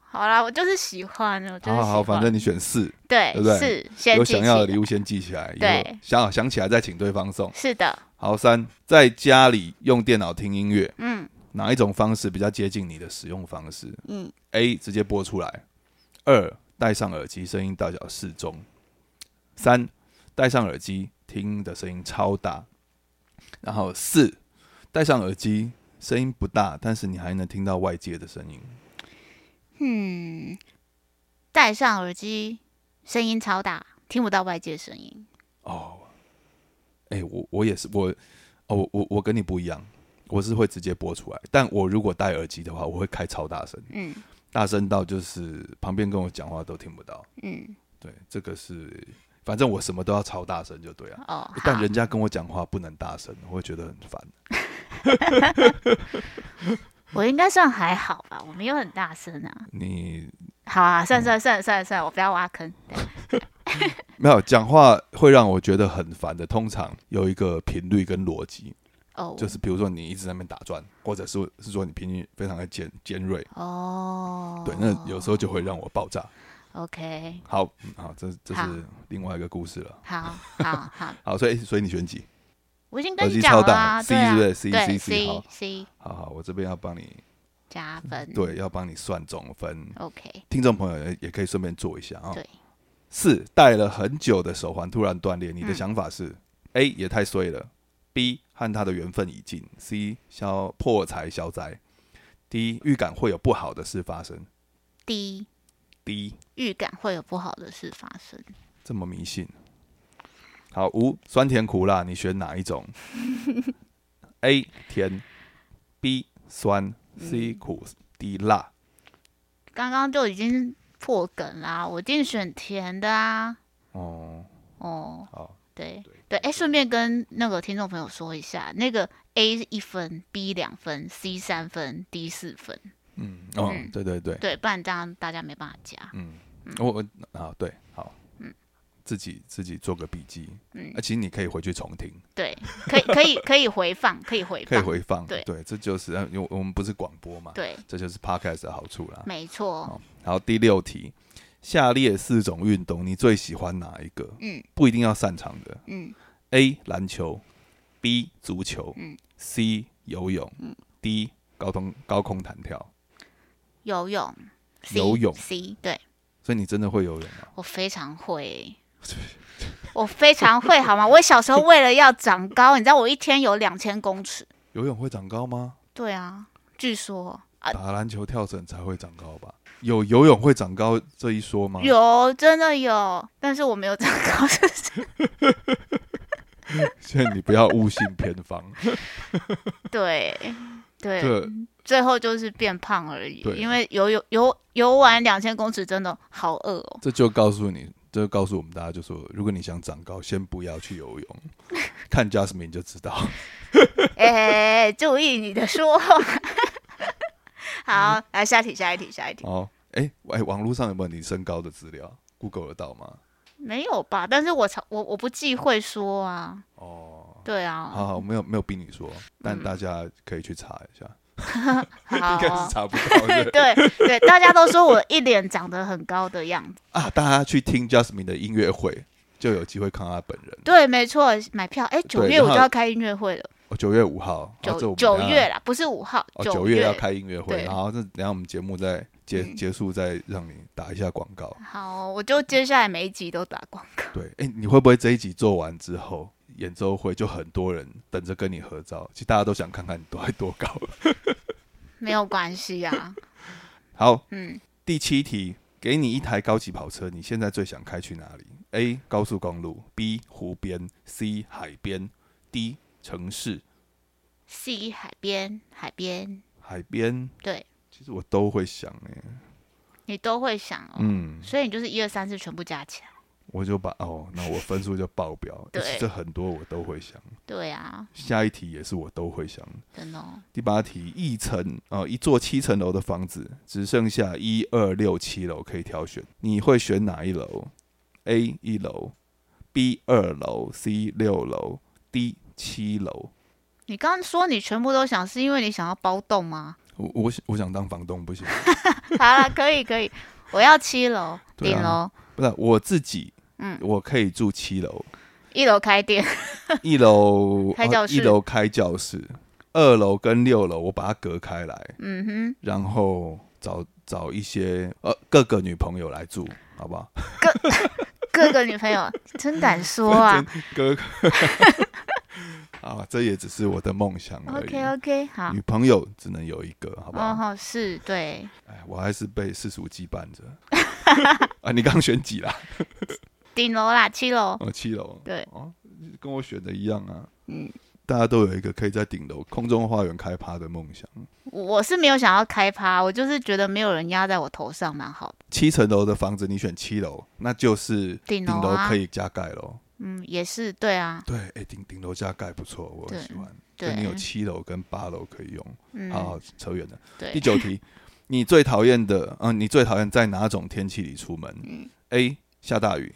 好啦，我就是喜欢，我就是喜
好
欢。
好好，反正你选四，
对
对不对
是
有
先记
想要的
起
礼物先记起来，以
对
后想好想起来再请对方送。
是的，
好，三，在家里用电脑听音乐，
嗯
哪一种方式比较接近你的使用方式
嗯，
？A. 直接播出来。二，戴上耳机，声音大小适中。三，戴上耳机，听的声音超大。然后四，戴上耳机，声音不大，但是你还能听到外界的声音。
嗯，戴上耳机，声音超大，听不到外界声音。
哦，哎、我我也是，我哦，我我我跟你不一样，我是会直接播出来，但我如果戴耳机的话，我会开超大声，
嗯
大声到就是旁边跟我讲话都听不到。
嗯，
对，这个是，反正我什么都要超大声就对了。
哦，
但
好
人家跟我讲话不能大声，我会觉得很烦。
我应该算还好吧，我没有很大声啊。
你
好啊，算算算算算，我不要挖坑。对
没有讲话会让我觉得很烦的，通常有一个频率跟逻辑，
哦，
就是比如说你一直在那边打转，或者是是说你频率非常的尖尖锐，
哦，
对，那有时候就会让我爆炸。
OK，
好，嗯好，这这
好
是另外一个故事了。
好好好， (laughs)
好，所以所以你选几？
我已经跟
耳
你
机
讲
超
了
大
啊，
C
对啊，
是不是 C-
对
C- C，好
C
好好，我这边要帮你，
加分，
对，要帮你算总分。
，OK，
听众朋友也也可以顺便做一下啊、
对
四，戴了很久的手环突然断裂，你的
嗯
想法是、A 也太衰了，B 和他的缘分已尽，C 消破财消灾，D 预感会有不好的事发生。
第一
D
预感会有不好的事发生。
这么迷信。好，五酸甜苦辣，你选哪一
(laughs)
种？A 甜，B 酸，C
嗯
苦，D 辣。
刚刚就已经破梗啦，我一定选甜的啊。
哦，
哦，
好，
对对，哎，顺便跟那个听众朋友说一下，那个 A 一分，B 两分，C 三分，D 四分，
嗯，哦，
嗯
对对对，
对，不然这样大家没办法加。
嗯，我我啊，对，好，自己自己做个笔记。
嗯
啊，其实你可以回去重听，
对，可以可以可以回放，可以回
可以
放，
回放。
对
这就是呃因为我们不是广播嘛，
对，
这就是 podcast 的好处啦。
没错，
好，然后第六题，下列四种运动你最喜欢哪一个？
嗯
不一定要擅长的。
嗯
A 篮球，B 足球、
嗯
c 游泳、d 高空高空弹跳。
游泳，C,
游泳
，C 对
所以你真的会游泳吗？
我非常
(laughs)
会。我非常会，好吗？我小时候为了要长高，你知道我一天有两千公尺。
游泳会长高吗？
对啊，据说啊，
打篮球、跳绳才会长高吧？有游泳会长高这一说吗？ (laughs)
有真的有，但是我没有长高，
所以你不要误信偏方。
(laughs) 对 (laughs) 对，
这
最后就是变胖而已
对。
因为游游游游完两千公尺真的好饿哦， (laughs)
这就告诉你，这就告诉我们大家，就说如果你想长高，先不要去游
(laughs)
泳，看 Jasmine 就知道。
哎、注意你的说话。
嗯
(laughs) 好，来下一题，下一题，下一题。
哦，哎哎，网络上有没有你身高的资料？Google 得到吗？
没有吧？但是我常我我不忌讳说啊，
哦，
对啊，
好好，没有没有逼你说，
嗯
但大家可以去查一下，
好啊
应该 (laughs) 是查不到
(laughs)
的
对对，大家都说我一脸长得很高的样子。
啊。大家去听 Jasmine 的音乐会，就有机会看到她本人。
对，没错，买票。哎，九
对
月
然
我就
后
要开音乐会了，
哦，九月五号，哦这
九
我们
九
等下
月啦，不是五号，
哦，
九
九月要。开音乐会，
对
然后这等下我们节目再结
嗯
结束，再让你打一下广告。
好，我就接下来每一集都打广告。
对，哎、你会不会这一集做完之后，演奏会就很多人等着跟你合照？其实大家都想看看你到底多高。
没有关系
(laughs)
啊，
好，
嗯，
第七题，给你一台高级跑车，你现在最想开去哪里？A. 高速公路，B. 湖边，C. 海边，D. 城市。
西海边，海边，
海边，
对
其实我都会想哎、
你都会想哦。
嗯，
所以你就是一二三四全部加起来。
我就把哦，那我分数就爆表。
(laughs) 对
诶这很多我都会想，
对啊，
下一题也是我都会想。
真的哦、
第八题，一层哦，一座七层楼的房子只剩下一二六七楼可以挑选，你会选哪一楼？A 一楼，B 二楼，C 六楼，D 七楼。
你刚刚说你全部都想，是因为你想要包栋吗？ (laughs)
我我想我想当房东不行，
好啦，可以可以，我要七楼
(laughs) 对啊
顶楼，
(laughs) 不是我自己，
嗯，
我可以住七楼，
一楼开店， (laughs)
一楼呃
开教室
一楼开教室，二楼跟六楼我把它隔开来，
嗯
然后找找一些呃各个女朋友来住，好不好？
哼，各个女朋友真敢说
(laughs)
啊
哥哥，啊，这也只是我的梦想而已。
，OK OK，好
女，朋友只能有一个，好不
哦
好？
吼，是对，
哎、我还是被世俗羁绊着。 (laughs) 啊，你刚选几啦？
顶楼啦，七楼，
哦，七楼。
对，
哦，跟我选的一样啊。
嗯，
大家都有一个可以在顶楼空中花园开趴的梦想。
我我是没有想要开趴，我就是觉得没有人压在我头上，蛮好的，
七层楼的房子，你选七楼，那就是
顶
顶
楼
楼
啊
可以加盖喽。
嗯，也是对啊，
对，哎、顶顶楼加盖不错，我很
对
喜欢。所以你有哦
对，
七楼跟八楼可以用。好
嗯，，
扯远了。第
对，
九
(laughs)
题，你最讨厌的，嗯、你最讨厌在哪种天气里出门、a
嗯
下大雨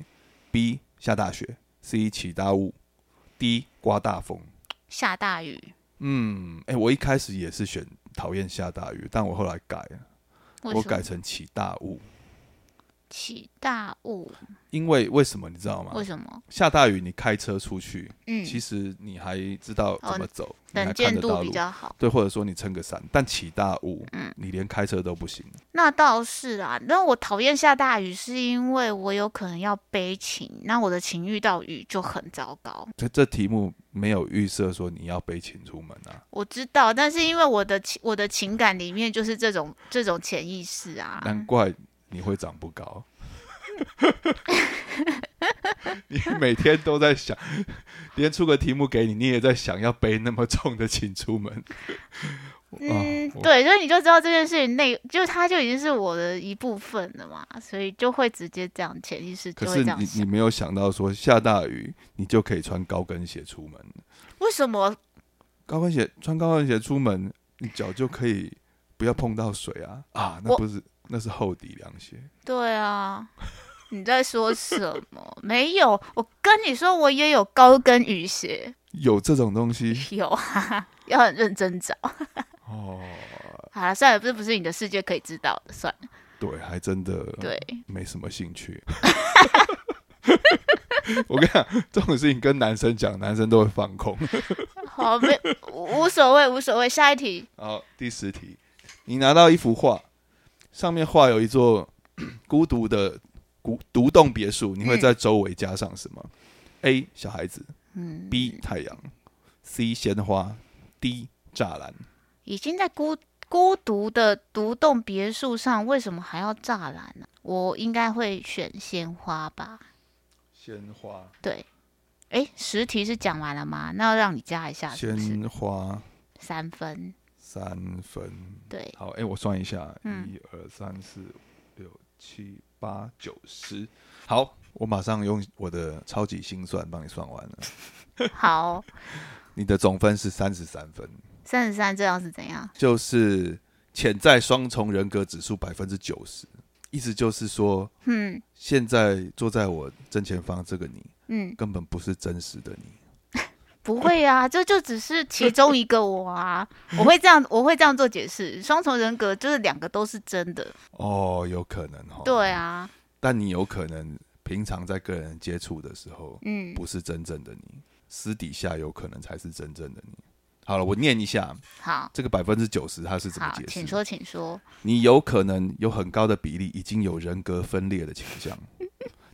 ，B 下大雪，C 起大雾，D 刮大风。
下大雨，
嗯，哎、我一开始也是选讨厌下大雨，但我后来改了，
为
我
什么
改成起大雾，
起大雾？
因为为什么你知道吗？
为什么？
下大雨，你开车出去，
嗯，哦
其实你还知道怎么走，你还
能
看
见
得到
度比
路。
较好。
对，或者说你撑个伞，但起大雾，
嗯
你连开车都不行。
那倒是啊，那我讨厌下大雨，是因为我有可能要悲情，那我的情遇到雨就很糟糕。
这这题目没有预设说你要被请出门啊，
我知道，但是因为我的情我的情感里面就是这种这种潜意识啊，
难怪你会长不高。 (laughs) 你每天都在想，连出个题目给你，你也在想要背那么重的请出
(laughs)
门。
嗯
啊，我
对，所以你就知道这件事情内，就是它就已经是我的一部分了嘛，所以就会直接这样潜意识
可
就会
是
这样
你你
想。
没有想到说下大雨你就可以穿高跟鞋出门，
为什么？
高跟鞋穿高跟鞋出门，你脚就可以不要碰到水啊啊，那
我
不是那是厚底凉鞋。
对啊，你在说什么？ (laughs) 没有，我跟你说，我也有高跟雨鞋。
有这种东西
有啊， (laughs) 要很认真找。 (laughs)
哦，
好了，算了，这不是你的世界可以知道的，算了。
对，还真的
对，
没什么兴趣。 (laughs) 我跟你讲，这种事情跟男生讲，男生都会放空。
好，没无无所谓，无所谓。下一题，
好，第十题，你拿到一幅画，上面画有一座 (coughs) 孤独的孤独栋别墅，你会在周围加上什么、a 小孩子
嗯，
，B 太阳，C 鲜花，D 栅栏。
已经在孤孤独的独栋别墅上，为什么还要栅栏呢、我应该会选鲜花吧？
鲜花，
对。诶，十题是讲完了吗？那要让你加一下，是不是？
鲜花
三分，
三分。
对，
好，哎、我算一下，
嗯
一二三四五六七八九十。好，我马上用我的超级心算帮你算完了。
好，
你的总分是三十三分，
三十三这样是怎样？
就是潜在双重人格指数百分之九十。意思就是说，
嗯
现在坐在我正前方这个你，
嗯，
根本不是真实的你。
不会啊， (laughs) 这就只是其中一个我啊，我会这样，我会这样做解释。双重人格就是两个都是真的，
哦，有可能哈。
对。啊，
但你有可能平常在跟人接触的时候，
嗯，
不是真正的你，私底下有可能才是真正的你。好了，我念一下
好，
这个百分之九十，它是怎么
好，
解
请
释？
说，请说，
你有可能有很高的比例已经有人格分裂的倾
(laughs)
向，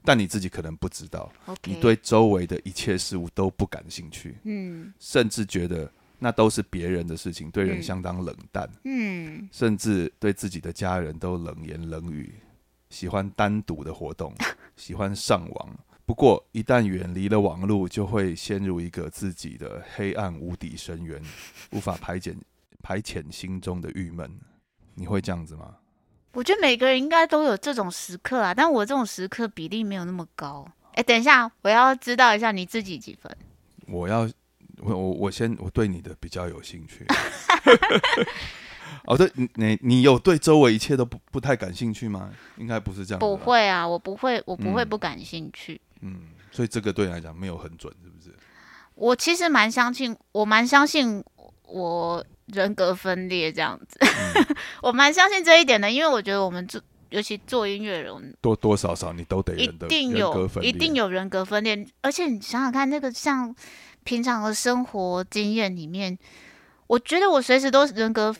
但你自己可能不知道，
OK，
你对周围的一切事物都不感兴趣，
嗯
甚至觉得那都是别人的事情，对人
嗯
相当冷淡，
嗯，
甚至对自己的家人都冷言冷语，喜欢单独的活动， (laughs) 喜欢上网。不过，一旦远离了网络，就会陷入一个自己的黑暗无底深渊，无法排解排遣 (laughs) 心中的郁闷。你会这样子吗？
我觉得每个人应该都有这种时刻啊，但我这种时刻比例没有那么高。哎，等一下，我要知道一下你自己几分。
我要我我我先我对你的比较有兴趣。 (laughs) 哦，对，你你你有对周围一切都不不太感兴趣吗？应该不是这样。
不，会啊，我不会，我不会
嗯
不感兴趣。
嗯，所以这个对你来讲没有很准，是不是？
我其实蛮相信，我蛮相信我人格分裂这样子， (laughs) 我蛮相信这一点的，因为我觉得我们做，尤其做音乐人，
多多少少你都得
一
人的
定
人格
有
分
一
裂
定有人格分裂，而且你想想看，那个像平常的生活经验里面，我觉得我随时都是人格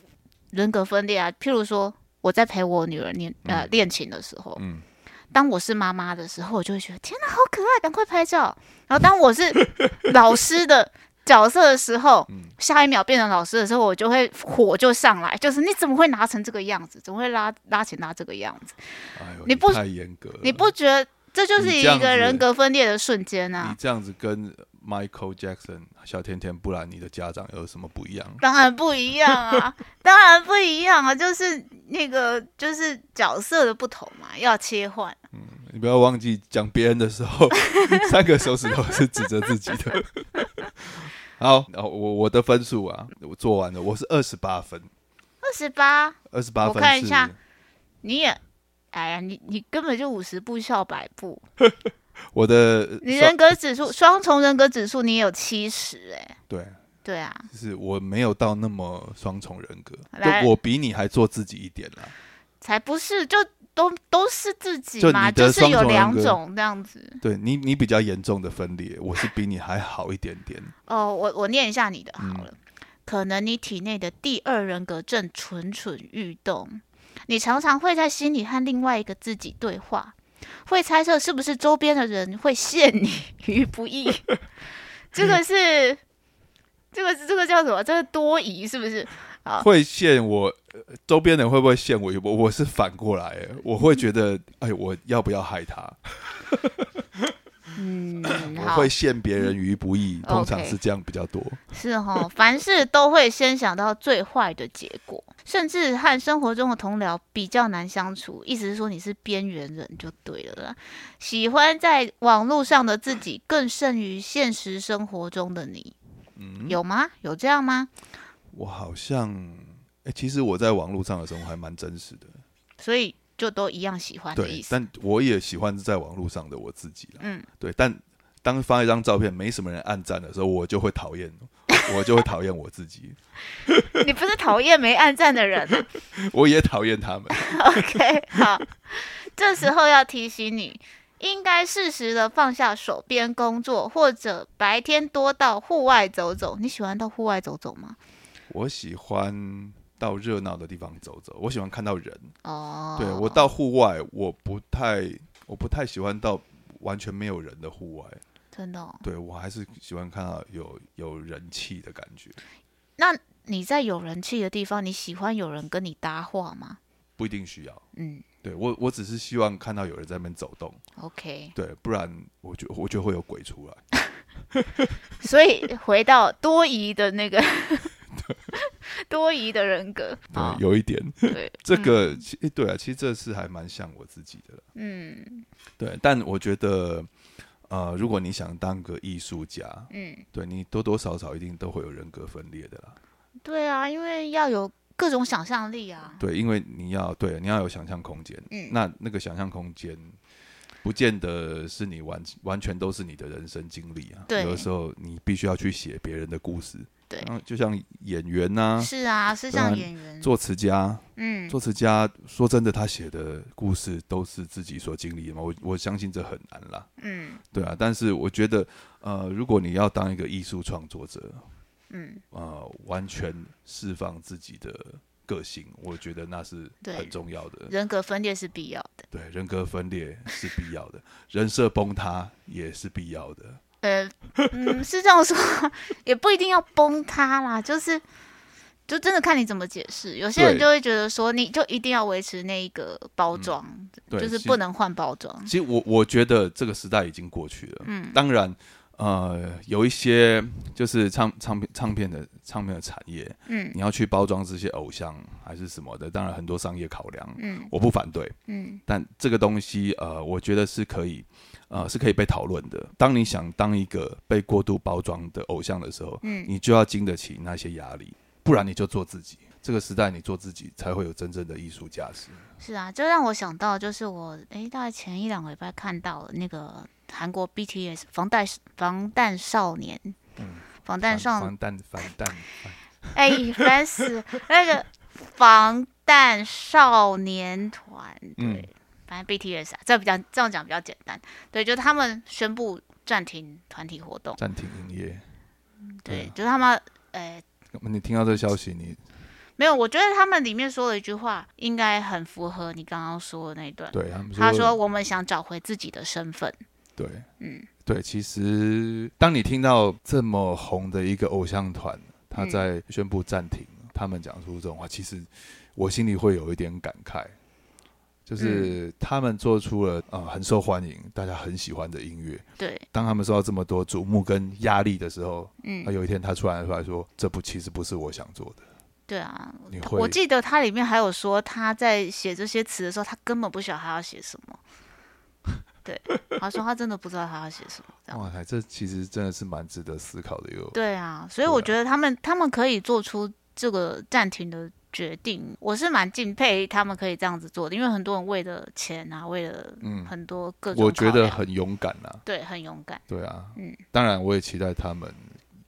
人格分裂啊。譬如说，我在陪我女儿练呃练琴的时候，
嗯
当我是妈妈的时候，我就会觉得天哪，好可爱，赶快拍照。然后当
(laughs)
我是老师的角色的时候，
嗯
下一秒变成老师的时候，我就会火就上来，就是你怎么会拿成这个样子？怎么会拉拉琴拉这个样子？
哎呦，
你不
太严格了，
你不觉得这就是
你这样
一
子
个人格分裂的瞬间
你
啊？
这样子跟 Michael Jackson、小甜甜布兰妮的家长有什么不一样？
当然不一样
(laughs)
啊，当然不一样啊，就是那个就是角色的不同嘛，要切换。啊
你不要忘记讲别人的时
(laughs)
候，三个手指头是指着自己的。 (laughs) 好，然后我我的分数啊，我做完了，我是二十八分，
二十八，
二十八
我
分
看
是
一下你也，哎呀，你你根本就五十步笑百步。
我的
你
算
人格指数双重人格指数你也有七十哎，
对，
对啊，
就是我没有到那么双重人格，
来
就我比你还做自己一点啦。
才不是，就都都是自己
就
嘛，
你的
是有
双重人
两
格
种这样子。
对你，你比较严重的分裂，我是比你还好一点
(laughs)
点。
哦，我我念一下你的
嗯
好了，可能你体内的第二人格正蠢蠢欲动，你常常会在心里和另外一个自己对话，会猜测是不是周边的人会陷你于不义。这个是，这个这个叫什么？这个多疑是不是？好
会陷我，呃周边人会不会陷我？我我是反过来，欸我会觉得，哎，我要不要害他？
嗯，
我
好
会，陷别人于不义，
嗯
通常
OK
是这样比较多。
是哦，凡事都会先想到最坏的结果，甚至和生活中的同僚比较难相处。意思是说你是边缘人就对了啦。喜欢在网络上的自己更胜于现实生活中的你，
嗯，
有吗？有这样吗？
我好像，哎、其实我在网络上的生活还蛮真实的，
所以就都一样喜欢的意
对，
思。
但我也喜欢在网络上的我自己啦。
嗯，
对，但当发一张照片没什么人按赞的时候，我就会讨厌，我就会讨厌我自己，
你不是讨厌没暗赞的人、啊、
我也讨厌他们。
(laughs) ？OK，好，这时候要提醒你。应该适时的放下手边工作，或者白天多到户外走走。你喜欢到户外走走吗？
我喜欢到热闹的地方走走，我喜欢看到人。
哦，
对我到户外，我不太，我不太喜欢到完全没有人的户外。
真的、哦。
对我还是喜欢看到有有人气的感觉，
那你在有人气的地方，你喜欢有人跟你搭话吗？
不一定需要。
嗯
对我，我只是希望看到有人在那边走动，
，OK。
对，不然我觉我觉得会有鬼出来。
所以回到多疑的那个 (laughs) 多疑的人格，好
对，有一点，
对，
这个其、诶对啊，其实这是还蛮像我自己的啦。
嗯
对，但我觉得，呃，如果你想当个艺术家，
嗯，
对你多多少少一定都会有人格分裂的啦。
对啊，因为要有各种想象力啊。
对，因为你要对你要有想象空间，
嗯
那那个想象空间，不见得是你完完全都是你的人生经历啊。
对
有的时候你必须要去写别人的故事。
对
然后就像演员呐、
是啊，是
对啊
像演员，
作词家，
嗯，
作词家说真的，他写的故事都是自己所经历的嘛。我我相信这很难啦，
嗯
对啊。但是我觉得，呃，如果你要当一个艺术创作者，
嗯，
呃，完全释放自己的个性，我觉得那是
对
很重要的。
人格分裂是必要的。
对，人格分裂是必要的，人设崩塌也是必要的。
呃， (laughs) 嗯，是这样说，也不一定要崩塌啦，就是就真的看你怎么解释。有些人
对
就会觉得说，你就一定要维持那一个包装，
嗯对，
就是
其
不能换包装。
其实我我觉得这个时代已经过去了。嗯，当然，呃，有一些就是唱唱片唱片的唱片的产业，
嗯
你要去包装这些偶像还是什么的，当然很多商业考量，
嗯
我不反对，
嗯
但这个东西呃，我觉得是可以呃是可以被讨论的。当你想当一个被过度包装的偶像的时候，
嗯，
你就要经得起那些压力，不然你就做自己。这个时代，你做自己才会有真正的艺术价值。
是啊，这让我想到，就是我诶，大概前一两个礼拜看到那个韩国 BTS 防弹防弹少年，
嗯
防弹少
反弹反弹，
哎，烦死！那个防弹少年团，
嗯
对，反正 BTS 啊，这比较这样讲比较简单。对，就是他们宣布暂停团体活动，
暂停营业。对
对，
啊
就是他们，呃，
你听到这个消息，你
没有，我觉得他们里面说了一句话，应该很符合你刚刚说的那一段。
对他们
他说：“我们想找回自己的身份。
对，
嗯
对，其实当你听到这么红的一个偶像团，他
嗯
在宣布暂停，他们讲出这种话，其实我心里会有一点感慨，
嗯
就是他们做出了呃很受欢迎、大家很喜欢的音乐，”
对，
当他们受到这么多瞩目跟压力的时候，
嗯
那、，有一天他突然出来说，这不其实不是我想做的，
对啊。
你
我
会
记得他里面还有说，他在写这些词的时候，他根本不晓得他要写什么。 (laughs) 对，他说他真的不知道他要写什么。这样
哇塞，这其实真的是蛮值得思考的哟。
对啊，所以
对
我
啊
觉得他们他们可以做出这个暂停的决定，我是蛮敬佩他们可以这样子做的，因为很多人为了钱啊，为了
嗯，
很多各种
我觉
考
得
量
很勇敢啊。
对很勇敢。
对啊，
嗯
当然我也期待他们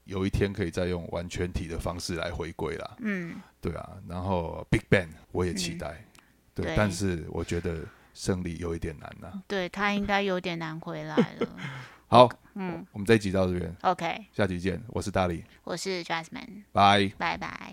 有一天可以再用完全体的方式来回归啦。
嗯，
对啊，然后 Big Bang 我也期待，对，
对嗯
但是我觉得胜利有一点难呐、
对他应该有点难回来了。
(laughs) 好，
嗯
我们这一集到这边，
，OK，
下集见，我是大力，
我是 Jasmine，
拜。
拜拜。